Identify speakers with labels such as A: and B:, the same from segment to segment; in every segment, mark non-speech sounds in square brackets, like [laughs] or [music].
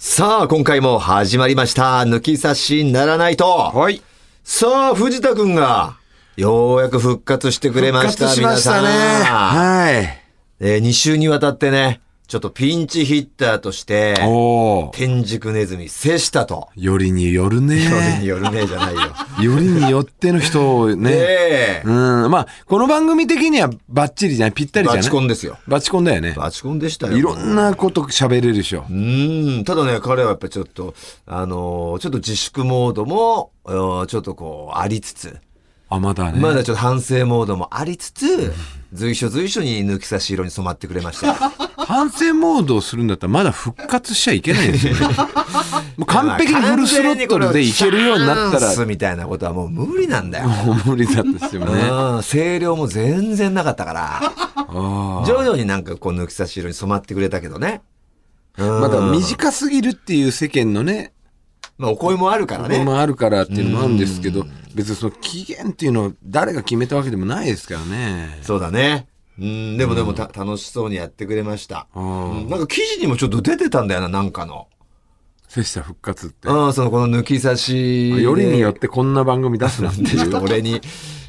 A: さあ、今回も始まりました。抜き差しならないと。
B: はい。
A: さあ、藤田くんが、ようやく復活してくれました。
B: 復活しましたね。
A: 皆さん
B: はい。
A: え2週にわたってね、ちょっとピンチヒッターとして、
B: おー。
A: 天竺ネズミ瀬下と。
B: よりによる
A: それに
B: [laughs] ね。
A: よるねじゃないよ。
B: よりによっての人を
A: ね
B: ね。
A: え
B: う。ん。まあ、この番組的にはバッチリじゃないぴったりじゃ
A: バ
B: ない
A: チコンですよ。
B: バチコンだよね。
A: バチコンでしたよ。
B: いろんなこと喋れるでしょ
A: う。ーん、ただね、彼はやっぱりちょっと、あのーちょっと自粛モードも、あーちょっとこう、ありつつ、
B: あ、まだね。
A: まだちょっと反省モードもありつつ、随所随所に抜き差し色に染まってくれました。
B: 反省モードをするんだったらまだ復活しちゃいけないですよ [laughs] ね。もう [laughs] 完璧にフルスロットルでいけるようになった
A: チャンス
B: ら、
A: みたいなことはもう無理なんだよ。
B: も [laughs] う無理なんですよね。
A: うん、声量も全然なかったから、
B: あー
A: 徐々になんかこう抜き差し色に染まってくれたけどね。うん
B: まだ短すぎるっていう世間のね、
A: まあお声もあるからね。
B: まああるからっていうのもあるんですけど、別にその期限っていうのは誰が決めたわけでもないですからね。
A: そうだね。うん、でもでもた、楽しそうにやってくれました。
B: うん
A: うんなんか記事にもちょっと出てたんだよな、なんかの。
B: セシタ復活って。
A: うん、そのこの抜き差しで。
B: よりによってこんな番組出すなんて
A: ちょっ
B: い
A: と
B: う。
A: 俺に、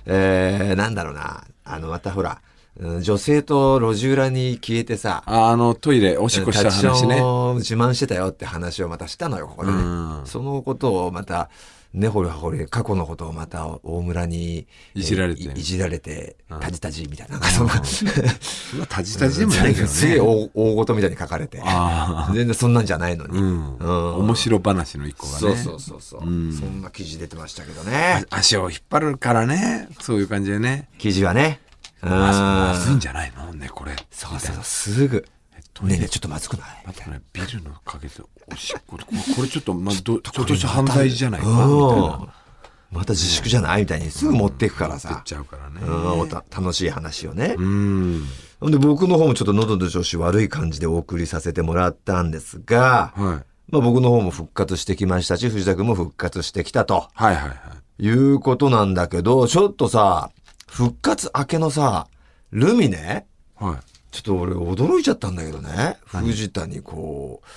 A: えー、なんだろうな。あの、またほら、うん女性と路地裏に消えてさ、
B: [laughs] ああのトイレ、おしっこした
A: タッチシ
B: 話
A: ョ
B: ね。
A: ンを自慢してたよって話をまたしたのよ、ここでね。
B: うん
A: そのことをまた、ねほりはほり、過去のことをまた大村に、
B: いじられて
A: えーいいじられて、タジタジみたいな、なんかその、 [laughs]
B: まあタジタジでもないけど
A: すげえ
B: ね。
A: 大大ごとみたいに書かれて。
B: あ
A: 全然そんなんじゃないの
B: あ。
A: に。
B: うん。
A: うん
B: 面白話の一個がね。
A: そうそうそうそう。そんな記事出てましたけどね。
B: 足を引っ張るからね。そういう感じでね。
A: 記事はね。うん。
B: あまずいんじゃないのね、これ。
A: そうそうそう、すぐ。
B: トイ
A: ね
B: レ
A: えねえ、ちょっとまずくない
B: あとね、ビルの陰でおしっここれこれちょっと、まあ、どちょっとした犯罪じゃないか、みたい
A: うん
B: な。。
A: また自粛じゃないみたいにすぐ持っていくから
B: なっ
A: さ。
B: ちゃうからね。
A: うん、おた楽しい話をね。
B: うん。
A: ほんで僕の方もちょっと喉の調子悪い感じでお送りさせてもらったんですが、
B: はい。
A: まあ僕の方も復活してきましたし、藤田君も復活してきたと
B: はいはいはい。
A: いうことなんだけど、ちょっとさ、復活明けのさ、ルミネ
B: はい。
A: ちょっと俺驚いちゃったんだけどね。藤田にこう、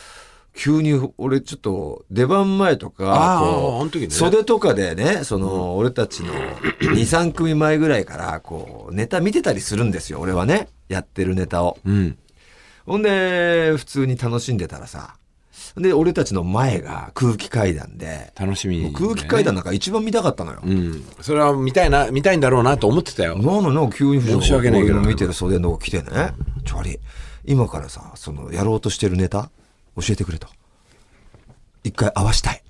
A: 急に俺ちょっと出番前とか
B: あ、ー
A: こう
B: あの時ね
A: 袖とかでね、その俺たちの2、3組前ぐらいからこうネタ見てたりするんですよ、俺はね。やってるネタを。
B: うん。
A: ほんで、普通に楽しんでたらさ。で、俺たちの前が空気階段で、
B: 楽しみ、
A: もう空気階。段なんか一番見たかったのよ。
B: うん。それは見たいな、見たいんだろうなと思ってたよ。
A: なのな、急に藤田
B: 申し訳ないけど
A: 俺の見てる袖の子来てね。ちょあり、今からさ、その、やろうとしてるネタ、教えてくれと。一回合わしたい。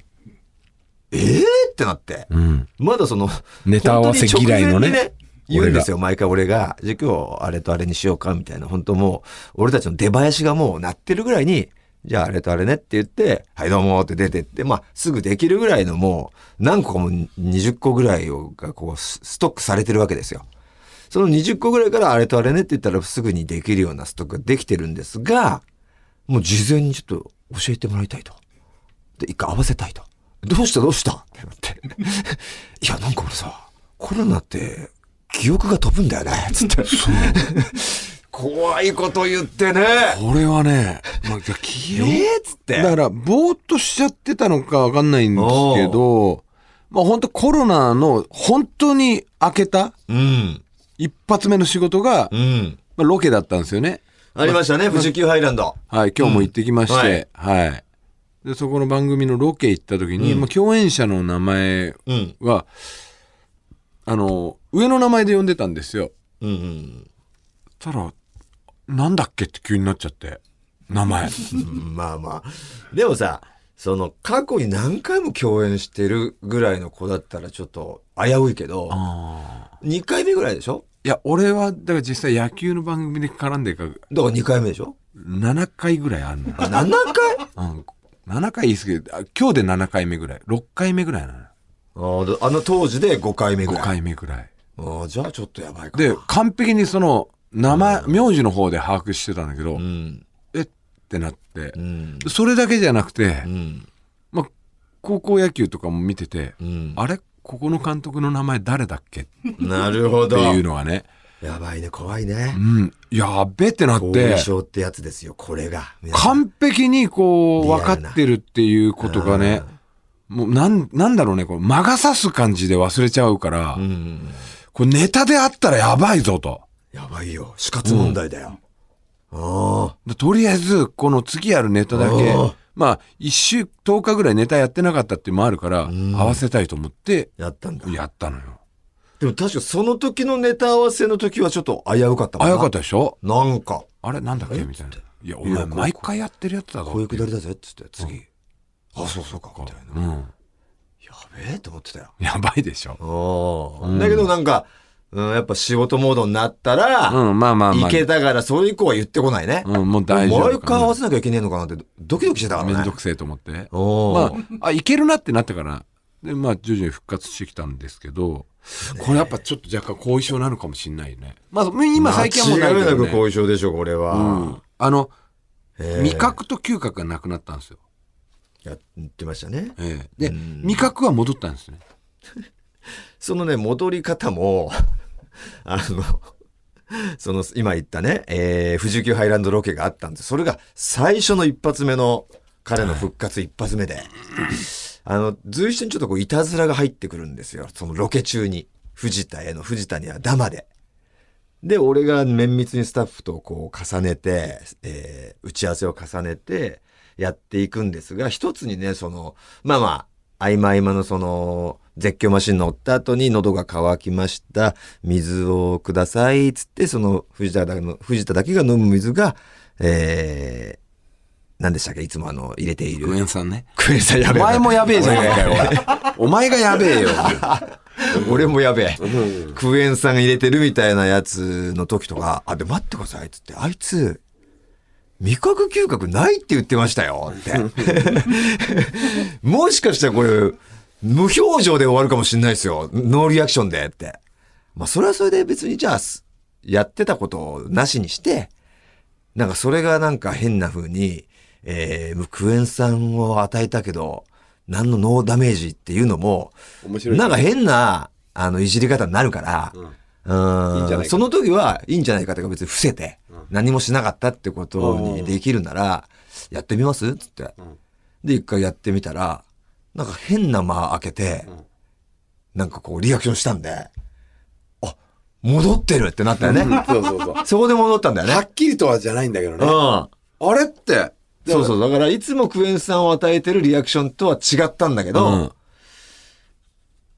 A: ええー、ってなって。
B: うん。
A: まだその、
B: ネタ合わせ嫌いの
A: 本当
B: ね
A: に直前に言うんですよ、毎回俺が。じゃあ今日、あれとあれにしようか、みたいな。本当もう、俺たちの出囃子がもう鳴ってるぐらいに、じゃああれとあれねって言って、はいどうもって出てって、まあ、すぐできるぐらいのもう、何個かも20個ぐらいをがこう、スストックされてるわけですよ。その20個ぐらいからあれとあれねって言ったらすぐにできるようなストックができてるんですが、もう事前にちょっと教えてもらいたいと。で、一回合わせたいと。どうしたどうしたってなって。 [laughs] いや、なんか俺さ、コロナって記憶が飛ぶんだよね。つって。 [laughs] 怖いこと言ってね。
B: これはね、 [laughs] まあ、気
A: え
B: を。
A: えつって。
B: だから、ぼーっとしちゃってたのかわかんないんですけど、まあ本当コロナの本当に開けた
A: うん。
B: 一発目の仕事が、
A: うん。
B: まあ、ロケだったんですよね。
A: ありましたね、富士急ハイランド。
B: はい、今日も行ってきまして、はい、で、そこの番組のロケ行った時に、まあ、共演者の名前
A: うん。
B: は、あの、上の名前で呼んでたんですよ。
A: うんうん。
B: そしたら、なんだっけって急になっちゃって、名前。
A: うんまあまあ。でもさ、その過去に何回も共演してるぐらいの子だったらちょっと危ういけど、2回目ぐらいでしょ
B: いや、俺は、だから実際野球の番組で絡んでるから、
A: だから2回目でしょ
B: 7回ぐらいあるの。
A: あ、7回
B: うん、7回言い過ぎて、あ今日で7回目ぐらい、6回目ぐらいなの。
A: あーあの当時で5回目ぐら
B: 5
A: い。
B: 回目ぐらい。
A: あーじゃあちょっとやばいかな。
B: で、完璧にその、名前、名字の方で把握してたんだけど、
A: うん。
B: えってなって
A: う、ん。
B: それだけじゃなくて
A: う、ん。
B: まあ、高校野球とかも見てて、
A: うん
B: あれここの監督の名前誰だっけっ
A: なるほ
B: て
A: ど。
B: いうのがね、
A: やばいね、怖いね
B: う。ん。やっべってなっ
A: 後
B: て
A: 遺、症ってやつですよ、これが。皆さん
B: 完璧にこう、
A: リアル
B: 分
A: な
B: かってるっていうことがね、もうなん、なんだろうね、こう魔が差す感じで忘れちゃうから、
A: うん。
B: これネタであったらやばいぞと。
A: やばいよ。死活問題だよ。あ
B: でとりあえず、この次やるネタだけ
A: おー、
B: まあ、一週、10日ぐらいネタやってなかったっていうのもあるから、
A: ん
B: 合わせたいと思って、
A: あ、やったんだ。
B: やったのよ。
A: でも確かその時のネタ合わせの時はちょっと危うかった
B: あ、
A: な
B: よかったでしょ
A: なんか、
B: あれなんだっけみたいな。いや、お前、毎回やってるやつだぞ。
A: こういうくだ
B: り
A: りだぜっつって、次。あ、そうそうか、みたいな。
B: う
A: や
B: ん。
A: べえと思ってたよ。 [laughs]
B: やばいでしょ。
A: あ
B: うん
A: あ。だけどなんか、うん、やっぱ仕事モードになったら、
B: うん、まあまあま
A: い
B: あ。
A: けたから、それ以降は言ってこないね。
B: うん、もう大丈夫かな。
A: 毎回合わせなきゃいけねえのかなって、ドキドキしてたから
B: め
A: ね。
B: んどくせえと思って。
A: お
B: ま
A: ー
B: あ、あ、いけるなってなったから、で、まあ、徐々に復活してきたんですけど、これやっぱちょっと若干後遺症なのかもしんないね。まあ、今最近はもうないけ
A: 間違
B: ど、
A: いなく
B: ね。
A: 後遺症でしょ、これ
B: う
A: は
B: ん。。あの、
A: ええ
B: 味覚と嗅覚がなくなったんですよ。
A: やってましたね。
B: ええで、
A: うん
B: 味覚は戻ったんですね。
A: そのね、戻り方も、 [laughs] あの、その、今言ったね、えー富士急ハイランドロケがあったんです。それが最初の一発目の、彼の復活一発目で、あの、随所にちょっとこう、いたずらが入ってくるんですよ。そのロケ中に。藤田への、藤田にはダマで。で、俺が綿密にスタッフとこう重ねて、えー打ち合わせを重ねてやっていくんですが、一つにね、その、まあまあ、合間合間のその、絶叫マシン乗った後に喉が渇きました。水をください。つって、その藤田だけの、藤田だけが飲む水が、えー、何でしたっけいつもあの、入れてい
B: グ
A: る。
B: エンさんね。
A: クエンさんや
B: お
A: べえな
B: 前もやべえじゃねえかよ、おいお前がやべえ
A: [laughs]
B: よ。
A: 俺もやべえ。クエン酸入れてるみたいなやつの時とか、あ、で待ってくださいっつって、あいつ、味覚嗅覚ないって言ってましたよって。もしかしたらこれ、無表情で終わるかもしれないですよ。ノーリアクションでって。まあ、それはそれで別にじゃあ、すやってたことをなしにして、なんかそれがなんか変な風に、えー、クエン酸を与えたけど、何のノーダメージっていうのも、
B: 面白い。
A: なんか変な、あの、いじり方になるから、
B: うん
A: うん
B: いいんじゃないか
A: その時はいいんじゃないかとか別に伏せて、何もしなかったってことにできるなら、やってみますつって。
B: ん
A: で、一回やってみたら、なんか変な間開けて、
B: ん
A: なんかこうリアクションしたんで、あ、戻ってるってなったよね。
B: そうそうそう。
A: そこで戻ったんだよね。
B: っきりとはじゃないんだけど
A: うん。。
B: あれって、
A: そうそう。だから、いつもクエン酸を与えてるリアクションとは違ったんだけど、
B: うん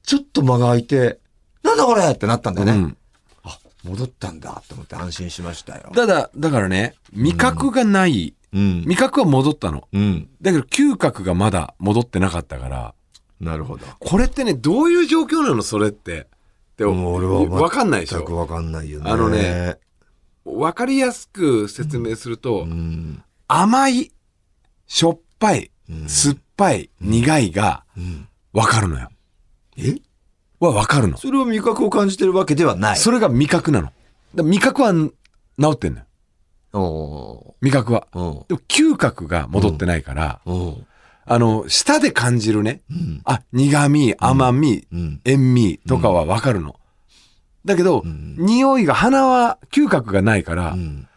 A: ちょっと間が空いて、なんだこれってなったんだよね。
B: うん
A: あ、戻ったんだと思って安心しましたよ。
B: ただ、だからね、味覚がない、
A: うん。
B: 味覚は戻ったの。
A: うん。
B: だけど、嗅覚がまだ戻ってなかったから、
A: なるほど。
B: これってね、どういう状況なのそれって。で
A: もう俺は
B: わかんないでし
A: 全く
B: ょ。
A: わかんないよね。
B: あのね。わかりやすく説明すると、
A: うん。
B: 甘い、しょっぱい、
A: うん
B: 酸っぱい、苦いが
A: うん。
B: わかるのよ。
A: え
B: はわかるの。
A: それを味覚を感じてるわけではない。
B: それが味覚なの。だから味覚は治ってんのよ。
A: お
B: 味覚は。
A: ーお
B: でも嗅覚が戻ってないから、
A: ーお
B: あの、舌で感じるね、
A: うん。
B: あ、苦味、甘味、
A: うん。
B: 塩味とかはわかるの。だけど、
A: ん
B: 匂いが、鼻は嗅覚がないから、
A: うん。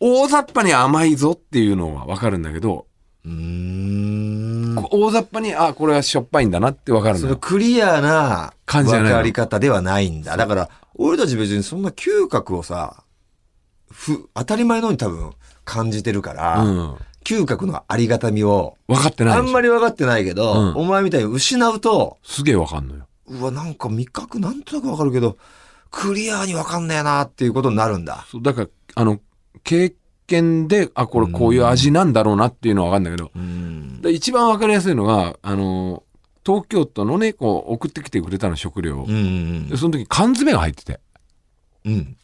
B: 大雑把に甘いぞっていうのはわかるんだけど、
A: うーん。
B: こう大雑把に、あ、これはしょっぱいんだなってわかる
A: そ
B: の
A: の
B: よ。
A: クリアな
B: 感じじゃないの
A: 分かり方ではないんだ。だから、俺たち別にそんな嗅覚をさ、ふ、当たり前のように多分感じてるから、
B: うん。
A: 嗅覚のありがたみを、
B: 分かってない
A: あ
B: でしょ。
A: んまり分かってないけど、
B: うん
A: お前みたいに失うと、
B: すげえわかんのよ。
A: うわ、なんか味覚なんとなく分かるけど、クリアに分かんねえなっていうことになるんだ。
B: そう、だから、あの、経験で、あ、これこういう味なんだろうなっていうのはわかるんだけど、
A: うん。
B: で一番わかりやすいのが、あの、東京都のね、こう、送ってきてくれたの食料を
A: うんう。ん
B: でその時缶詰が入ってて。
A: うん。うん。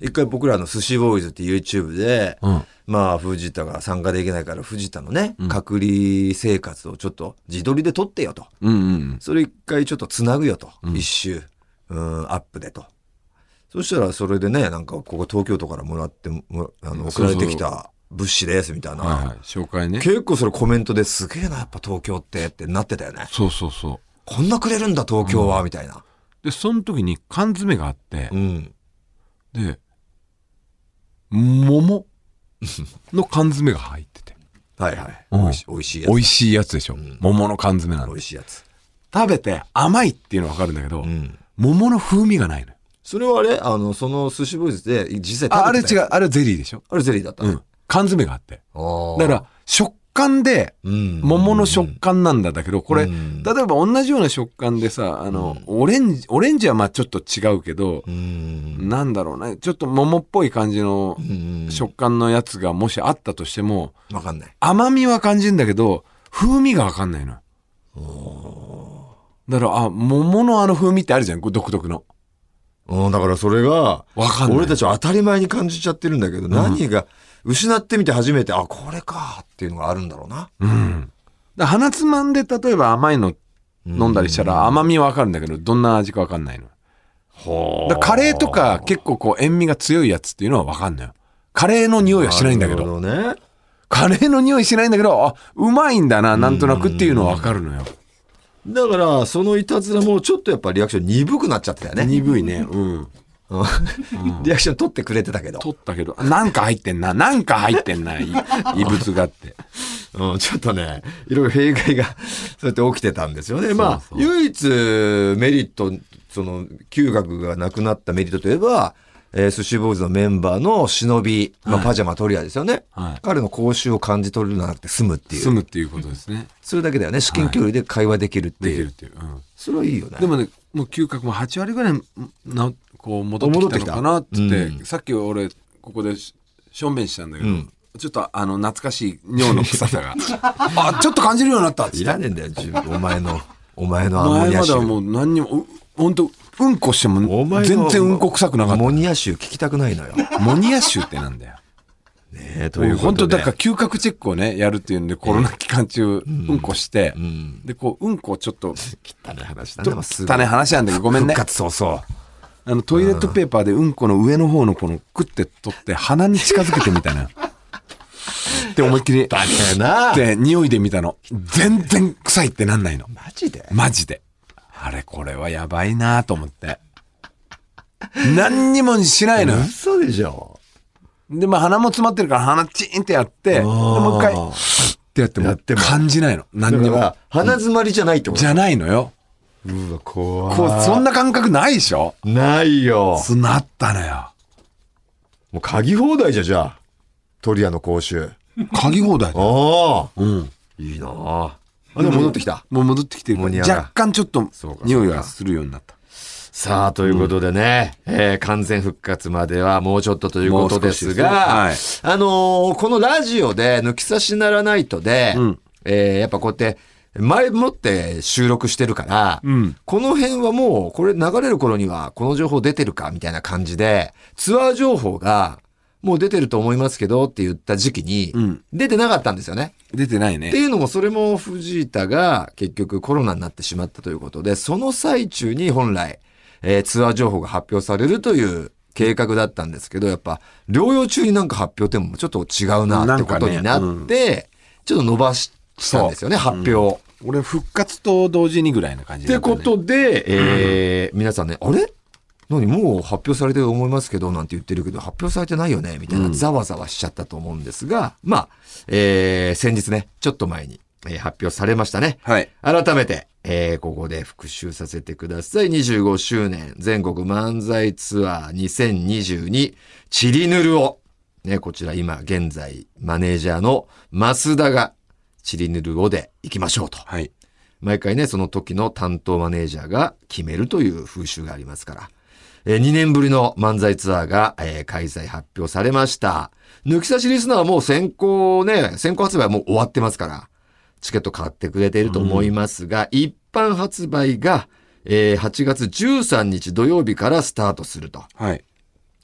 A: 一回僕らの寿司ボーイズって YouTube で、
B: うん。
A: まあ、藤田が参加できないから、藤田のね、隔離生活をちょっと自撮りで撮ってよと。
B: うんうん。
A: それ一回ちょっとつなぐよと。
B: うん
A: 一周、うん、アップでと。そしたら、それでね、なんか、ここ東京都からもらっても、もあの、送
B: そうそう
A: られてきた物資です、みたいな。
B: はいはい。紹介ね。
A: 結構それコメントですげえな、やっぱ東京ってってなってたよね。
B: そうそうそ
A: こんなくれるんだ、東京は、みたいな。
B: う。で、その時に缶詰があって
A: う、ん。
B: で桃の缶詰が入ってて
A: はいはい。
B: うん
A: 美味しい美味しいやつ。
B: 美味 [laughs] しいやつでしょ、
A: ん
B: 桃の缶詰なん
A: 美
B: で
A: 味しいやつ。
B: 食べて甘いっていうのは分かるんだけど、
A: うん。
B: 桃の風味がないのよ
A: それはあれあの、その寿司ボーイズで実際食べてた
B: ああれ違
A: う。
B: うあれはゼリーでしょ、
A: あれゼリーだった。
B: うん、缶詰があって
A: ああ。
B: だから食感で
A: うん、
B: 桃の食感なんだだけどこれ、
A: うん
B: 例えば同じような食感でさあの、オレンジオレンジはまあちょっと違うけど
A: う、ん。
B: なんだろうねちょっと桃っぽい感じの
A: うん。
B: 食感のやつがもしあったとしても
A: わかんない。
B: 甘みは感じるんだけど風味が分かんないのだからあ桃のあの風味ってあるじゃんこう独特の
A: うん、だからそれが、
B: 分かんない
A: 俺たちは当たり前に感じちゃってるんだけど、何が、失ってみて初めて、あ、これかっていうのがあるんだろうな。
B: うん、だから鼻つまんで例えば甘いの飲んだりしたら甘みは分かるんだけどどんな味か分かんないの
A: ほ
B: だからカレーとか結構こう塩味が強いやつっていうのは分かんないよカレーの匂いはしないんだけど
A: なるほどね。
B: カレーの匂いしないんだけどあうまいんだななんとなくっていうのは分かるのよ
A: だから、そのいたずらもちょっとやっぱリアクション鈍くなっちゃったよね。
B: 鈍いねうん
A: うん [laughs] リアクション取ってくれてたけど。
B: 取ったけど [laughs] なんか入ってんななんか入って
A: [laughs]
B: んない異物があって
A: うん、ちょっとね、いろいろ弊害が、 [laughs] そうやって起きてたんですよね。まあ、
B: そうそう
A: 唯一メリット、その、嗅覚がなくなったメリットといえば、えー、寿司坊主のメンバーの忍び、まあ、パジャマトリアですよね。
B: はい
A: 彼の口臭を感じ取るのなくて済むっていう。
B: 住むっていうことですね
A: それだけだよね。至近距離で会話できるって
B: で
A: い
B: き
A: う。
B: るっていう、うん
A: それはいいよね。
B: でもねもう嗅覚も8割ぐらいなこう戻ってきたのかなっつ
A: 戻
B: っ
A: って
B: て、
A: きたう
B: さっき俺ここでししょんべんしたんだけど、
A: うん
B: ちょっとあの懐かしい尿の臭
A: [laughs]
B: さがあちょっと感じるようになったっつ
A: い
B: って
A: らねえんだよ、自
B: [laughs]
A: 分お前の、お前のアンモ
B: 前
A: ニア
B: まで
A: 臭。
B: はもう何にもう本当うんこして
A: お
B: も
A: 前の
B: 全然うんこ臭くなかっ
A: アン
B: た
A: モニア臭聞きたくないの
B: [laughs]
A: よ。ね
B: モニア臭ってなんだよ
A: え、というこ
B: 本
A: と
B: 当
A: で。
B: だから嗅覚チェックをねやるっていうんでコロナ期間中うんこして、
A: ん
B: でこううんこをちょっと
A: 汚い話だ
B: ち
A: ね。
B: ょっ
A: まあ
B: と
A: す
B: 汚い話なんだけどごめんね
A: 復活そうそう。
B: あのトイレットペーパーでうんこの上の方のこのクッて取って鼻に近づけてみたな。で思いっきり。
A: だねな
B: で匂いで見たの。全然臭いってなんないの。
A: マジで
B: マジで。あれこれはやばいなと思って。何にもしないのよ。
A: 嘘でしょ。
B: で、まあ鼻も詰まってるから鼻チーンってやって、で
A: あー
B: もう一回、ってやって
A: や
B: も
A: っても
B: 感じないの。
A: だ
B: 何
A: か
B: にも
A: ら。、鼻詰まりじゃないってこと
B: じゃないのよ。
A: うわ、怖い
B: こう、そんな感覚ないでしょ
A: ないよ。
B: そうなったのよ。
A: もう、鍵放題じゃ、じゃあ。トリアの講習。
B: 鍵放題だよ。
A: ああ。
B: うん。
A: いいなあ。あ、でも戻ってきた。
B: もう戻ってきてるか
A: モニア
B: ら
A: が
B: 若干ちょっと
A: そうか
B: 匂いがするようになった
A: さあ、ということでね、えー完全復活まではもうちょっとということですが、
B: もう少しで
A: あのーこのラジオで、抜き差しならないとで、
B: ん
A: えーやっぱこうやって、前もって収録してるから、
B: ん
A: この辺はもう、これ流れる頃には、この情報出てるかみたいな感じで、ツアー情報が、もう出てると思いますけどって言った時期に
B: ん、
A: 出てなかったんですよね。
B: 出てな
A: っ
B: い
A: て
B: ね
A: いうのも、それも藤田が結局コロナになってしまったということで、その最中に本来、えーツアー情報が発表されるという計画だったんですけど、やっぱ療養中になんか発表ってもちょっと違うなってことにな
B: な
A: っ
B: ん
A: て、ちょっと伸ばしたんですよね、発表を。
B: 俺復活と同時にぐらいな感じ
A: っ
B: だ
A: て
B: ったね
A: ことで、えー皆さんね、あれ何もう発表されてると思いますけど、なんて言ってるけど、発表されてないよねみたいな、ざわざわしちゃったと思うんですが、まあ、えー先日ね、ちょっと前に、えー発表されましたね。
B: はい
A: 改めて、えーここで復習させてください。25周年全国漫才ツアー2022チリヌルを、ね、こちら今現在マネージャーの増田がチリヌルをで行きましょうと。
B: はい
A: 毎回ね、その時の担当マネージャーが決めるという風習がありますから。え2年ぶりの漫才ツアーが、えー開催発表されました。抜き差しリスナーはもう先行ね、先行発売はもう終わってますから、チケット買ってくれていると思いますが、一般発売が、えー8月13日土曜日からスタートすると。
B: はい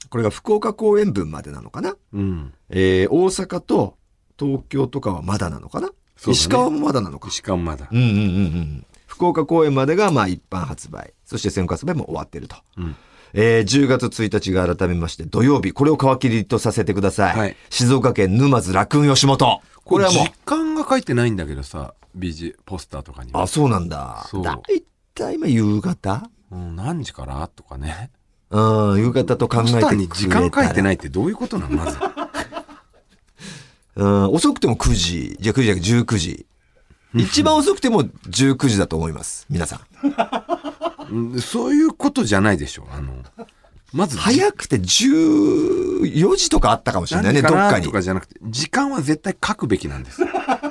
A: これが福岡公演分までなのかな
B: うん
A: えー大阪と東京とかはまだなのかな、
B: そうだね
A: 石川もまだなのか
B: しかもまだ
A: うんうんうんうん。福岡公演までがまあ一般発売。そして先行発売も終わってると。
B: うん
A: えー10月1日が改めまして土曜日、これを皮切りとさせてください。
B: はい
A: 静岡県沼津楽雲吉本。こ
B: こ
A: れ
B: れ
A: はもう
B: 時、間が書いてないんだけどさ BG ポスターとかにも
A: あ、そうなんだ。
B: そう
A: だいたい今夕方
B: うん何時からとかね
A: うん、夕方と考えてくれ
B: ポスタ
A: た
B: ー
A: ら
B: に時間書いてないってどういうことなのまず。
A: うん、遅くても9時、じゃあ9時じゃなくて19時。一番遅くても19時だと思います。皆さん。
B: うんそういうことじゃないでしょ。あの、まず、
A: 早くて14時とかあったかもしれないね、
B: 何
A: どっ
B: か
A: か
B: な
A: に
B: と。かじゃなくて、時間は絶対書くべきなんです。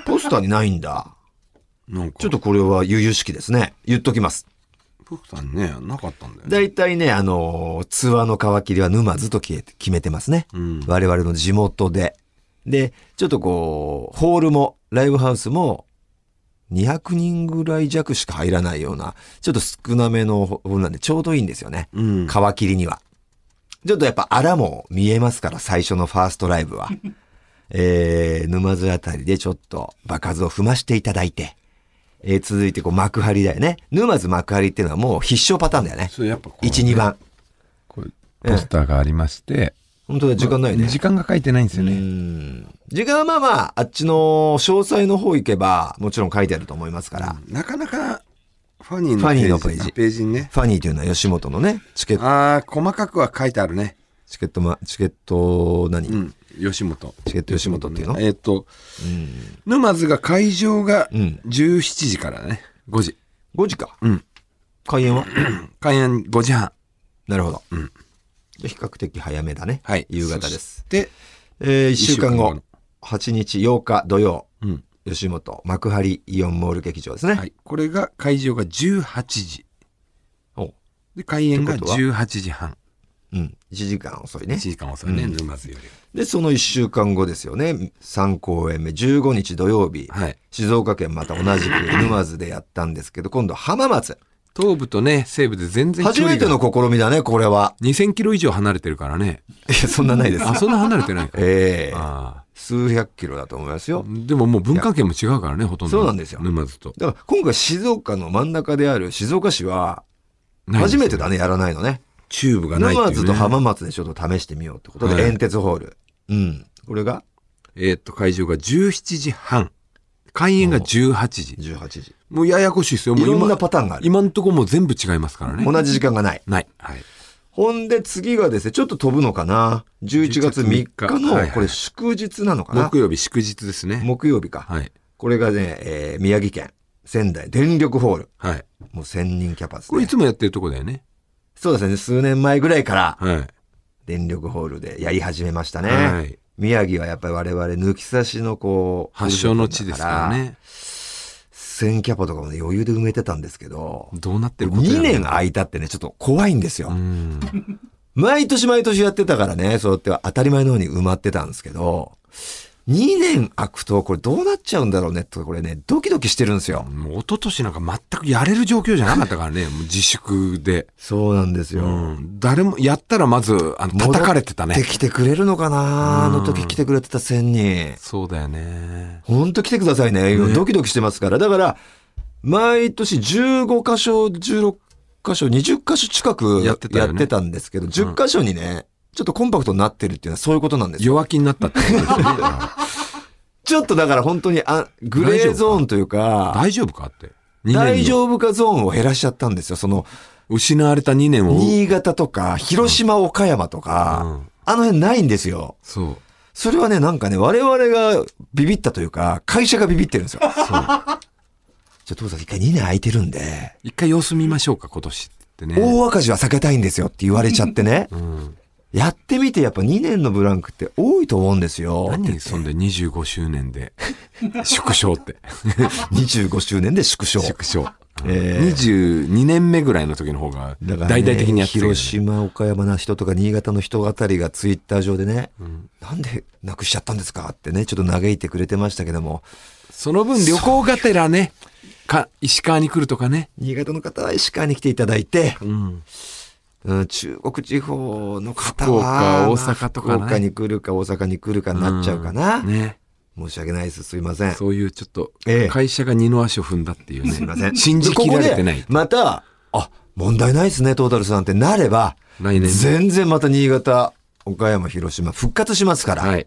A: ポスターにないんだ。
B: なんか、
A: ちょっとこれは悠々しきですね。言っときます。
B: ポスターにね、なかったんだよね。
A: 大体ね、あのー、通話の皮切りは沼津と決めて決めてますね。
B: うん。
A: 我々の地元で。で、ちょっとこう、ホールも、ライブハウスも、200人ぐらい弱しか入らないような、ちょっと少なめのホールなんでちょうどいいんですよね。
B: うん。
A: 皮切りには。ちょっとやっぱ荒も見えますから、最初のファーストライブは。えー、沼津あたりでちょっと場数を踏ましていただいて、えー、続いてこう幕張だよね。沼津幕張っていうのはもう必勝パターンだよね。
B: そう、やっぱこう
A: 1、2番。
C: こうポスターがありまして、
A: 本当だ、時間ないね。
C: 時間が書いてないんですよ
A: う
C: ね。
A: ん。時間はまあまあ、あっちの詳細の方行けば、もちろん書いてあると思いますから。
B: なかなか、ファニーの
A: ファニーのページ
B: あページにね。
A: ファニーというのは吉本のね、チケット、
B: ああ、細かくは書いてあるね。
A: チケットま、チケット何、
B: うん。吉本。
A: チケット吉本っていうの
B: えっと、沼津が会場が
A: うん
B: 17時からね。5時。
A: ?5 時か。
B: うん。
A: 開演は
B: 開演5時半。
A: なるほど。じゃあ比較的早めだね。
B: はい。
A: 夕方です。
B: で、
A: えー、1週間
B: 一週間
A: 後
B: 後、
A: 8日8日土曜、
B: うん。
A: 吉本幕張イオンモール劇場ですね。
B: はい。これが会場が18時。
A: お
B: で、開演が
A: ってことは
B: 18時半。
A: うん。1時間遅いね
B: 1。時間遅いね、沼津より
A: で、その1週間後ですよね。3公演目、15日土曜日。
B: は。はい。
A: 静岡県また同じく沼津でやったんですけど、今度は浜松。
B: 東部とね、西部で全然
A: 初
B: 距離が
A: めての試みだね、これは。
B: 2000キロ以上離れてるからね。
A: いや、そんなない [laughs] です。
B: あ、そんな離れてないか。
A: ええ
B: あ
A: 数百キロだと思いますよ。
B: ーでももう文化圏も違うからね、ほとんど。
A: そうなんですよ
B: 沼津と。
A: だから今回静岡の真ん中である静岡市は、
B: ないで
A: 初
B: すね
A: めてだね、やらないのね。
B: チューブがないっていう、
A: 沼
B: ね。
A: 津と浜松でちょっと試してみようってことで、
B: はい
A: 煙鉄ホール。うん。これが
B: えーっと、会場が17時半。開演が18時。
A: 18時。
B: もうややこしいですよ。も
A: いう
B: 今
A: ろんなパターンがある。
B: 今んとこもう全部違いますからね。
A: 同じ時間がない。
B: ない。はい。
A: ほんで次がですね、ちょっと飛ぶのかな。11月3日
B: はいは
A: の、
B: い
A: これ祝日なのかな
B: 木。曜日祝日ですね。
A: 木曜日か。
B: はい。
A: これがね、えー宮城県、仙台、電力ホール。
B: はい。
A: もう1000人キャパです
B: これい
A: ね。
B: つもやってるとこだよね。
A: そうですね、数年前ぐらいから
B: はい。
A: 電力ホールでやり始めましたね。
B: はい。
A: 宮城はやっぱり我々抜き差しのこう、
B: 発祥の地ですから。ね。
A: 1000キャパとかもね、余裕で埋めてたんですけど、
B: どうなってることやら
A: 2年空いたってね、ちょっと怖いんですよ。
B: うん。
A: 毎年毎年やってたからね、そうやって当たり前のように埋まってたんですけど、2年空くとこれどうなっちゃうんだろうねと、これね、ドキドキしてるんですよ。
B: もう一昨年なんか全くやれる状況じゃなかったからね。
A: [laughs]
B: もう自粛で。
A: そうなんです
B: う
A: よ。
B: ん。誰も、やったらまず、あの、叩かれてた
A: 戻っ
B: ね
A: て。きてくれるのかなあ
B: うん
A: の時来てくれてた1000人。
B: そうだよね。
A: ほんと来てくださいね。
B: ね
A: ドキドキしてますから。だから、毎年15箇所、16箇所、20箇所近く
B: や
A: や
B: っ
A: ってて
B: たよね
A: たんですけど、10箇所にね、ちょっとコンパクトになってるっていうのはそういうことなんですよ。
B: 弱気になったってことです
A: [laughs]
B: よね。
A: ちょっとだから本当にあグレーゾーンというか、
B: 大丈夫かって。二年の
A: 大丈夫かゾーンを減らしちゃったんですよ。その、
B: 失われた2年を。
A: 新潟とか、広島、岡山とか、
B: うん
A: あの辺ないんですよ。
B: そう。
A: それはね、なんかね、我々がビビったというか、会社がビビってるんです [laughs] よ。ちょっとさん一回2年空いてるんで、
B: 一回様子見ましょうか、今年ってね。
A: 大赤字は避けたいんですよって言われちゃってね。
B: うん。
A: やってみてやっぱ2年のブランクって多いと思うんですよ。
B: 何 [laughs] そんで25周
A: [laughs]
B: 年で。縮小って。
A: 25周年で縮小。
B: 縮小。
A: [laughs] えー
B: 22年目ぐらいの時の方が、
A: だからね
B: 大々的にやってたよね
A: 広島、岡山な人とか新潟の人あたりがツイッター上でね、
B: ん
A: なんでなくしちゃったんですかってね、ちょっと嘆いてくれてましたけども、
B: その分旅行がてらね、か、石川に来るとかね。
A: 新潟の方は石川に来ていただいて、
B: うん。
A: うん、中国地方の方
B: 福岡
A: は、
B: 大阪とかね
A: 福岡に来るか大阪に来るかになっちゃうかな。
B: ね。
A: 申し訳ないです。すいません。
B: そういうちょっと
A: ええ、
B: 会社が二の足を踏んだっていうね。
A: すいません。
B: [laughs] 信じきられてない
A: でここでまた、あ、問題ないですね、トータルさんってなれば、
B: 来年。
A: 全然また新潟、岡山、広島復活しますから。
B: はい。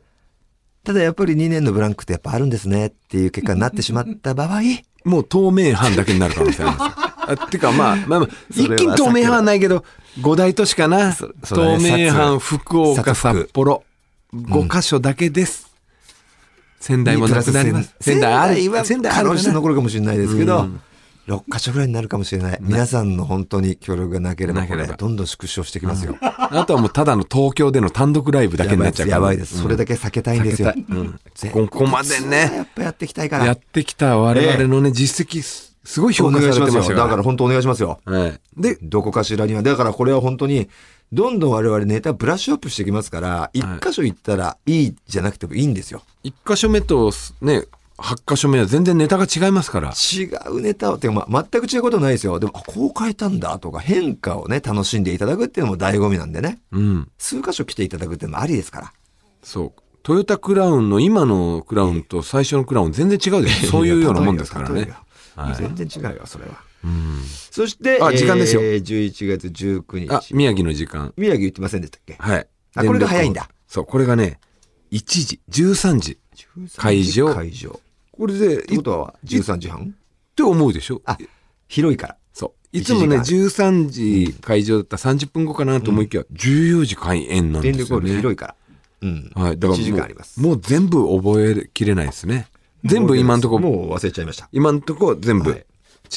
A: ただやっぱり2年のブランクってやっぱあるんですねっていう結果になってしまった場合、
B: もう透明版だけになる可能性ありますよ。あてかまあまあまあ
A: それ
B: 一
A: は
B: 気に東名阪はないけど五大都市かな
A: そ
B: 東
A: そうだね
B: 名阪福岡
A: 札幌
B: 札幌五箇所だけです、仙台も
A: プ
B: な
A: ラ
B: く
A: ス
B: なります
A: 仙台
B: ある
A: は
B: 仙
A: 仙
B: 台
A: 台可
B: ある
A: 能
B: か
A: 性
B: な
A: 残るかもしれないですけ
B: う
A: ど
B: ん、
A: 6箇所ぐらいになるかもしれない。皆さんの本当に協力がなければ、
B: なけ
A: こ
B: れば
A: れ、どんどん縮小してきますよ。
B: あとはもうただの東京での単独ライブだけ
A: や
B: に
A: ば
B: なっ
A: いで
B: ちゃう
A: す。
B: か
A: や
B: ら
A: ばいです。それだけ避けたいんですよ
B: 避け。たいうん
A: 全
B: こ
A: 国
B: こまでね
A: ツアーやっぱやっていきたいから。
B: やってきた我々のね、実績すすごい評
A: お
B: 価
A: 願
B: さ
A: い
B: れ
A: して
B: ま
A: ますす
B: よ
A: よ。だから本当お願いしますよ。
B: はい、で
A: どこかしらには。だからこれは本当に、どんどん我々ネタブラッシュアップしていきますから、一箇所行ったらいいじゃなくてもいいんですよ。
B: 1箇所目とね8箇所目は全然ネタが違いますから
A: 違うネタを、てか、まあ、全く違うことはないですよ。でも、あこう変えたんだとか、変化をね、楽しんでいただくっていうのも醍醐味なんでね。
B: うん
A: 数箇所来ていただくっていうのもありですから。
B: そうトヨタクラウンの今のクラウンと最初のクラウン全然
A: [laughs]
B: 違うでしょそういうようなもんですから
A: 例え
B: ね
A: よ。
B: はい
A: 全然違うよ、それは。
B: うん
A: そして、
B: あ時間ですよ
A: えー11月19
B: あ
A: 日。
B: 宮城の時間
A: 宮城言ってませんでしたっけ
B: はい
A: あこれが早いんだ
B: 電力そうこれがね1時13時会場
A: 会場。
B: これで
A: って
B: い
A: こ
B: っ
A: とは、13時半
B: て思うでしょ
A: あ、広いから。
B: そういつもね
A: 1時
B: 13時会場だったら30分後かなと思いきや14時開演なん
A: 電
B: です
A: 力ホ
B: よ
A: ール
B: ね
A: 広いから。うん。
B: はい、だからもう
A: 1時間あります
B: もう全部覚えきれないですね。全部今んとこ、
A: もう忘れちゃいました。
B: 今んとこ全部
A: はい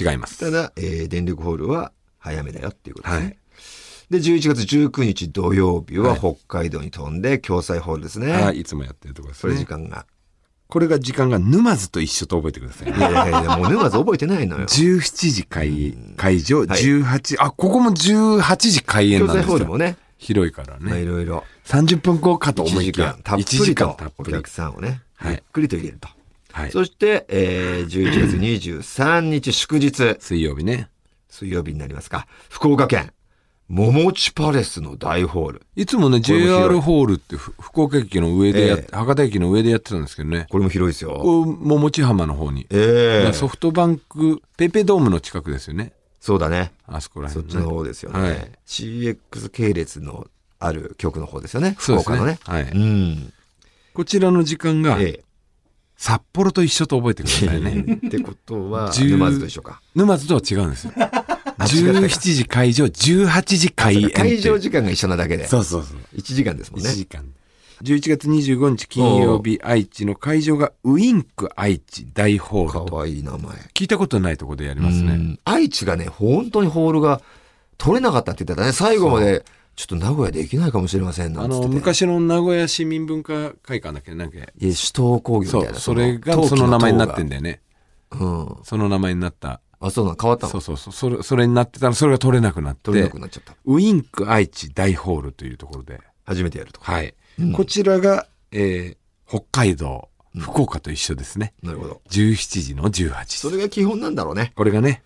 B: 違います。
A: ただ、えー電力ホールは早めだよっていうことですね。
B: はい
A: で、11月19日土曜日は北海道に飛んで、共済ホールですね。
B: はい、い、つもやってるところで
A: そ
B: す
A: れ
B: ね。
A: 時間が。
B: これが時間が沼津と一緒と覚えてください、
A: いやいやいや、もう沼津覚えてないのよ。
B: 17時 [laughs] 開会場、
A: はい
B: 18、あ、ここも18時開演
A: 共
B: なん
A: 済
B: です
A: ホール
B: よ。
A: もね、
B: 広いから
A: まあい
B: ね。
A: ろいろ、
B: 30分後かと
A: 1
B: 思い
A: 時
B: きや
A: 間、たっぷりと
B: たっ
A: お
B: ぷり
A: 客。さんをね、
B: はい
A: ゆっくりと入れると。
B: はい。
A: そして、えー、11月23日祝日、
B: 水曜日ね。
A: 水曜日になりますか、福岡県、桃地パレスの大ホール。
B: いつもね、
A: れも広い
B: JR ホールってふ福岡駅の上でやっ
A: え
B: 博多駅の上でやってたんですけどね。
A: これも広いですよ。
B: ここ、桃地浜の方に。
A: ええ
B: ソフトバンクペイペイドームの近くですよね
A: そうだね。
B: あそこら
A: そっ
B: 辺、ね、
A: ちの方ですよね。
B: はい
A: CX 系列のある局の方ですよね。
B: そうですね
A: 福岡のね。
B: はい
A: うん。
B: こちらの時間が
A: え
B: 札幌と一緒と覚えてください
A: え
B: ね
A: [laughs] ってこと
B: [laughs]
A: は、
B: 10
A: 沼津と一緒か。
B: 沼津とは違うんですよ
A: 違ったか
B: 17時会場18時開演って
A: 会場時間が一緒なだけで。
B: そうそうそう
A: 1時間ですも
B: 1
A: んね。
B: 時間11月25日金曜日愛知の会場がウインク愛知大ホ
A: か
B: ールと
A: わいい名前。
B: 聞いたことないところでやります
A: う
B: ね
A: ん愛知がね、本当にホールが取れなかったって言ってたね。最後まで、ちょっと名古屋できないかもしれませんな
B: あ
A: んつって
B: の
A: て。
B: 昔の名古屋市民文化会館だっけなんか
A: いや首都工業みた
B: そ
A: いな。
B: うそれが
A: 陶器
B: その名前になってん
A: 塔
B: だよね
A: がうん。
B: その名前になった
A: あ、そうなの変わったの
B: そうそうそうそれそれになってたらそれが取れなくなって
A: 取れなくなっちゃった。
B: ウインク愛知大ホールというところで、
A: 初めてやるとか。
B: はい
A: うん
B: こちらが、えー北海道
A: うん
B: 福岡と一緒ですね、
A: なるほど。
B: 17時の18時
A: それが基本なんだろうね。
B: これがね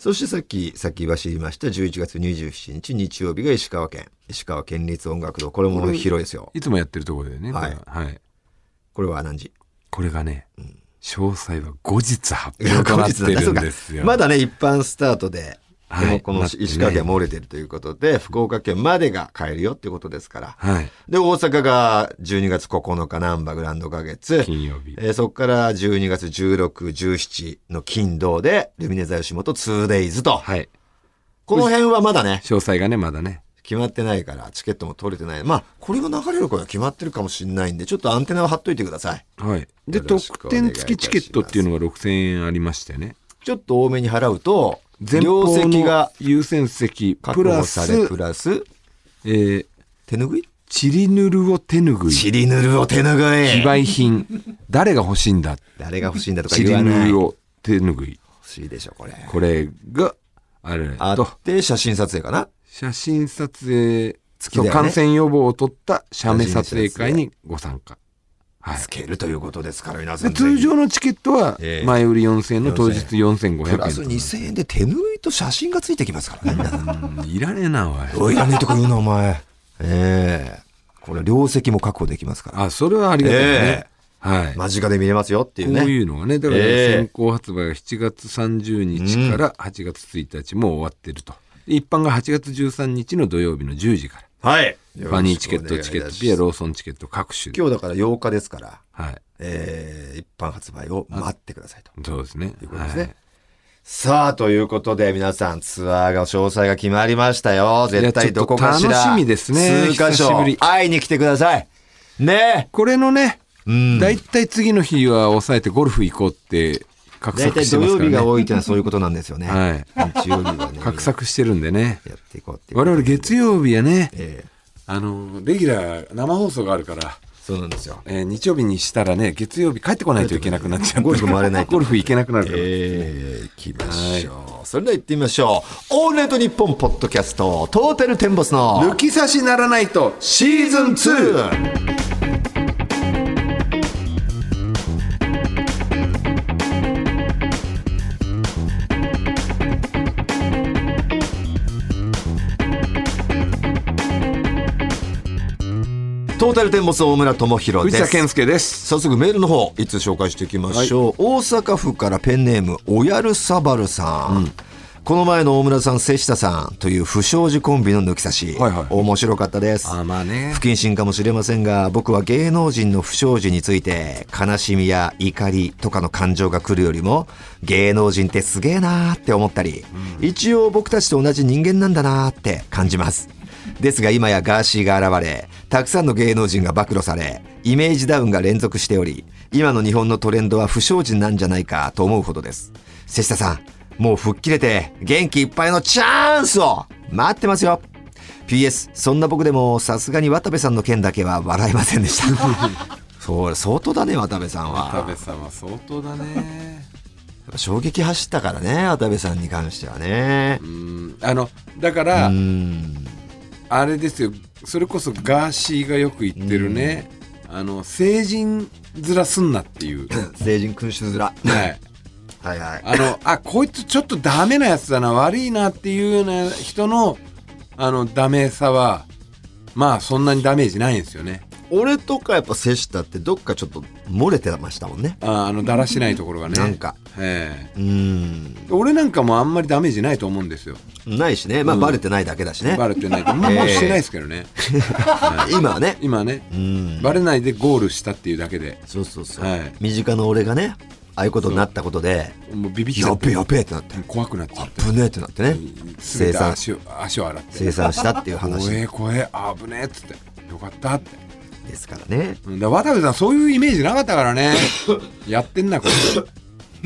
A: そしてさっき、先走りました11月27日日曜日が石川県。石川県立音楽堂。これも広いですよ。
B: いつもやってるところでね
A: はい
B: これははい、
A: これは何時
B: これがね、
A: ん
B: 詳細は後日発表となってるんですよ
A: まだね、一般スタートで、
B: はい
A: でもこの
B: なってね
A: 石川県は漏れてるということで、福岡県までが買えるよってことですから。
B: はい
A: で、大阪が12月9日、なんばグランド花月。
B: 金曜日
A: えーそこから12月16、17の金土で、ルミネ座吉本 2days と。
B: はい
A: この辺はまだね、
B: 詳細がねまだね
A: 決まってないから、チケットも取れてない。まあ、これが流れるから決まってるかもしれないんで、ちょっとアンテナを張っといてください。
B: はいで
A: よろしく
B: 特典付きチケットっていうのが6000円ありましてね
A: ちょっと多めに払うと、
B: 前
A: 両
B: 方
A: 席
B: の
A: が
B: 優先席プ
A: 確
B: ラ
A: 保
B: ス
A: され、プラス、
B: えー
A: 手ぬぐい
B: チリヌルを手ぬぐい
A: チリヌルを手ぬぐ
B: 非
A: い
B: 売品誰が欲しいんだ
A: 誰が欲しいんだとか
B: チ
A: 言
B: リ
A: わ
B: ヌ
A: ない。
B: ル
A: 欲
B: を手ぬぐい
A: しいでしょ、これ。
B: これがあれ
A: あ
B: と
A: って、写真撮影かな
B: 写真撮影
A: 付きだよね
B: 感染予防を取った写メ撮影会にご参加、はい、
A: つけるということですから、皆さ
B: で
A: ん。
B: 通常のチケットは
A: ええ
B: 前売り4000円の当日4500
A: プラス
B: 円
A: 2000円で手ぬぐいと写真がついてきますからね、皆さ
B: [laughs]
A: ん。
B: うんいらねえなおい
A: おいいらねえとか言うな、お前。ええこれ、両席も確保できますから。
B: あそれはありがたいね、はい
A: 間近で見れますよっていうね。
B: こういうのがね、だからね
A: ええ
B: 先行発売が7月30日から8月1日もう終わってると。一般が8月13日の土曜日の10時から。
A: はい。
B: ファニーチケット、チケット、ピア、ローソンチケット各種。
A: 今日だから8日ですから、
B: はい。
A: えー一般発売を待ってくださいと
B: そうですね。
A: いうことですね。
B: はい
A: さあ、ということで皆さんツアーが詳細が決まりましたよ。絶対どこかしら。
B: いやちょっと楽しみですね
A: 数箇
B: 久しぶ
A: 所
B: り
A: 会いに来てください。ね
B: これのね、
A: え。うん。
B: だいたい次の日は抑えてゴルフ行こうって、画
A: 大
B: 策
A: 体
B: して
A: 土
B: ます
A: 曜
B: から
A: 日
B: ね。
A: が多いってのはそういうことなんですよね。
B: はい。
A: 日曜日はね。
B: 画策してるんでね。
A: やっていこうっていうことで。
B: 我々月曜日はね、
A: ええ
B: あの、レギュラー生放送があるから、
A: そうなんですよ。
B: えー日曜日にしたらね、月曜日帰ってこないといけなくなっちゃう。
A: ゴルフ回れないと
B: ゴルフ行けなくなるから。
A: ええ行きましょう。それでは行ってみましょう。オールナイトニッポンポッドキャスト、トータルテンボスの
B: 抜き差しならないと
A: シーズン 2! トータルテンボス大村智弘で
B: 藤田健
A: す。
B: 介です。
A: 早速メールの方、いつ紹介していきましょう。大阪府からペンネーム、おやるさばるさん。この前の大村さん、瀬下さんという不祥事コンビの抜き差し。
B: はいはい
A: 面白かったです。
B: あ、まあね
A: 不。謹慎かもしれませんが僕は芸能人の不祥事について悲しみや怒りとかの感情が来るよりも芸能人ってすげえなーって思ったり、一応僕たちと同じ人間なんだなーって感じますですが今やガーシーが現れたくさんの芸能人が暴露されイメージダウンが連続しており今の日本のトレンドは不祥事なんじゃないかと思うほどです瀬下さんもう吹っ切れて元気いっぱいのチャンスを待ってますよ PS そんな僕でもさすがに渡部さんの件だけは笑いませんでした [laughs] そう相当だね渡部さん
B: 田部
A: は
B: さんは相当だね。
A: 衝撃走ったからね渡部さんに関してはね
B: うん。あの、だか
A: う
B: ら、
A: ん
B: あれですよ。それこそガーシーがよく言ってるね。あの、成人面すんなっ
A: [laughs]
B: ていう。
A: 成人君主面は
B: はい。
A: いはい
B: あの、あ、こいつちょっとダメなやつだな、悪いなっていうような人の、あの、ダメさは、まあ、そんなにダメージないんですよね。
A: 俺とかやっぱ瀬下ってどっかちょっと漏れてましたもんね
B: ああの、だらしないところがね。
A: なんか。
B: え
A: う
B: え
A: ん
B: 俺なんかもあんまりダメージないと思うんですよ。
A: ないしねまあバレてないだけだしね、
B: バレてないと。ま
A: [laughs]
B: あ、
A: ええ
B: もうしてないですけどね。
A: 今はね
B: 今ね、
A: うん
B: バレないでゴールしたっていうだけで、
A: そうそうそう、
B: はい
A: 身近な俺がねああいうことになったことで
B: もうビビっちゃ
A: や
B: っ
A: べ
B: て
A: えやべえってなって
B: 怖くなっちゃって。
A: 危ねえってなってね生
B: 全て
A: 産
B: 足を、足を洗って。
A: 生産したっていう
B: 怖
A: 話
B: え怖え、危ねえっつって。よかったって。
A: ですからね。
B: うんだから渡部さんそういうイメージなかったからねやってんなこいつ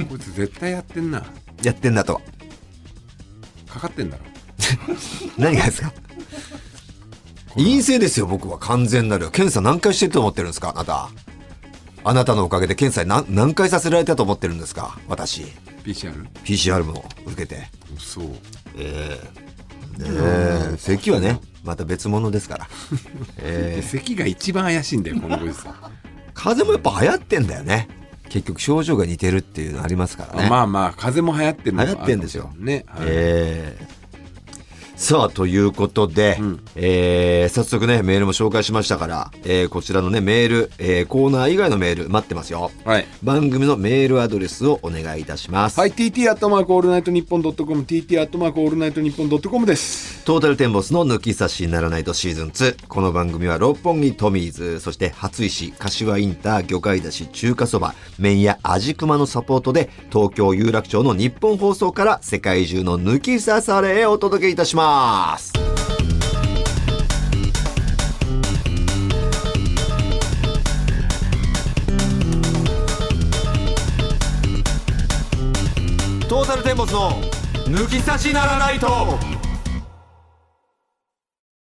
B: こいつ絶対やってんな
A: やってんだと。
B: かかってんだろ
A: 何がですか陰性ですよ、僕は完全なる。検査何回してると思ってるんですか、あなた。あなたのおかげで検査に何何回させられたと思ってるんですか、私。
B: PCR
A: PCR も受けて。
B: そう
A: ええええ咳はね、また別物です [laughs] から。ええ
B: 咳が一番怪しいんだよこのご時
A: [laughs]
B: 世あ
A: 風邪もやっぱ流行ってんだよね。結局症状が似てるっていうのありますからね。
B: まあまあ風邪も流行ってるのも
A: 流行ってんですよ
B: あるかもね、はい
A: えーさあということで、えー早速ねメールも紹介しましたから、えーこちらのねメール、えーコーナー以外のメール待ってますよ
B: はい
A: 番組のメールアドレスをお願いいたします、
B: はい、TT アットマークオールナイトニッポンドットコム TT アットマークオールナイトニッポンドットコムです
A: トータルテンボスの抜き差しにならないとシーズン2。この番組は六本木トミーズ、そして初石、柏インター、魚介だし、中華そば、麺や味熊のサポートで、東京有楽町の日本放送から世界中の抜き差されへお届けいたします。トータルテンボスの抜き差しならないと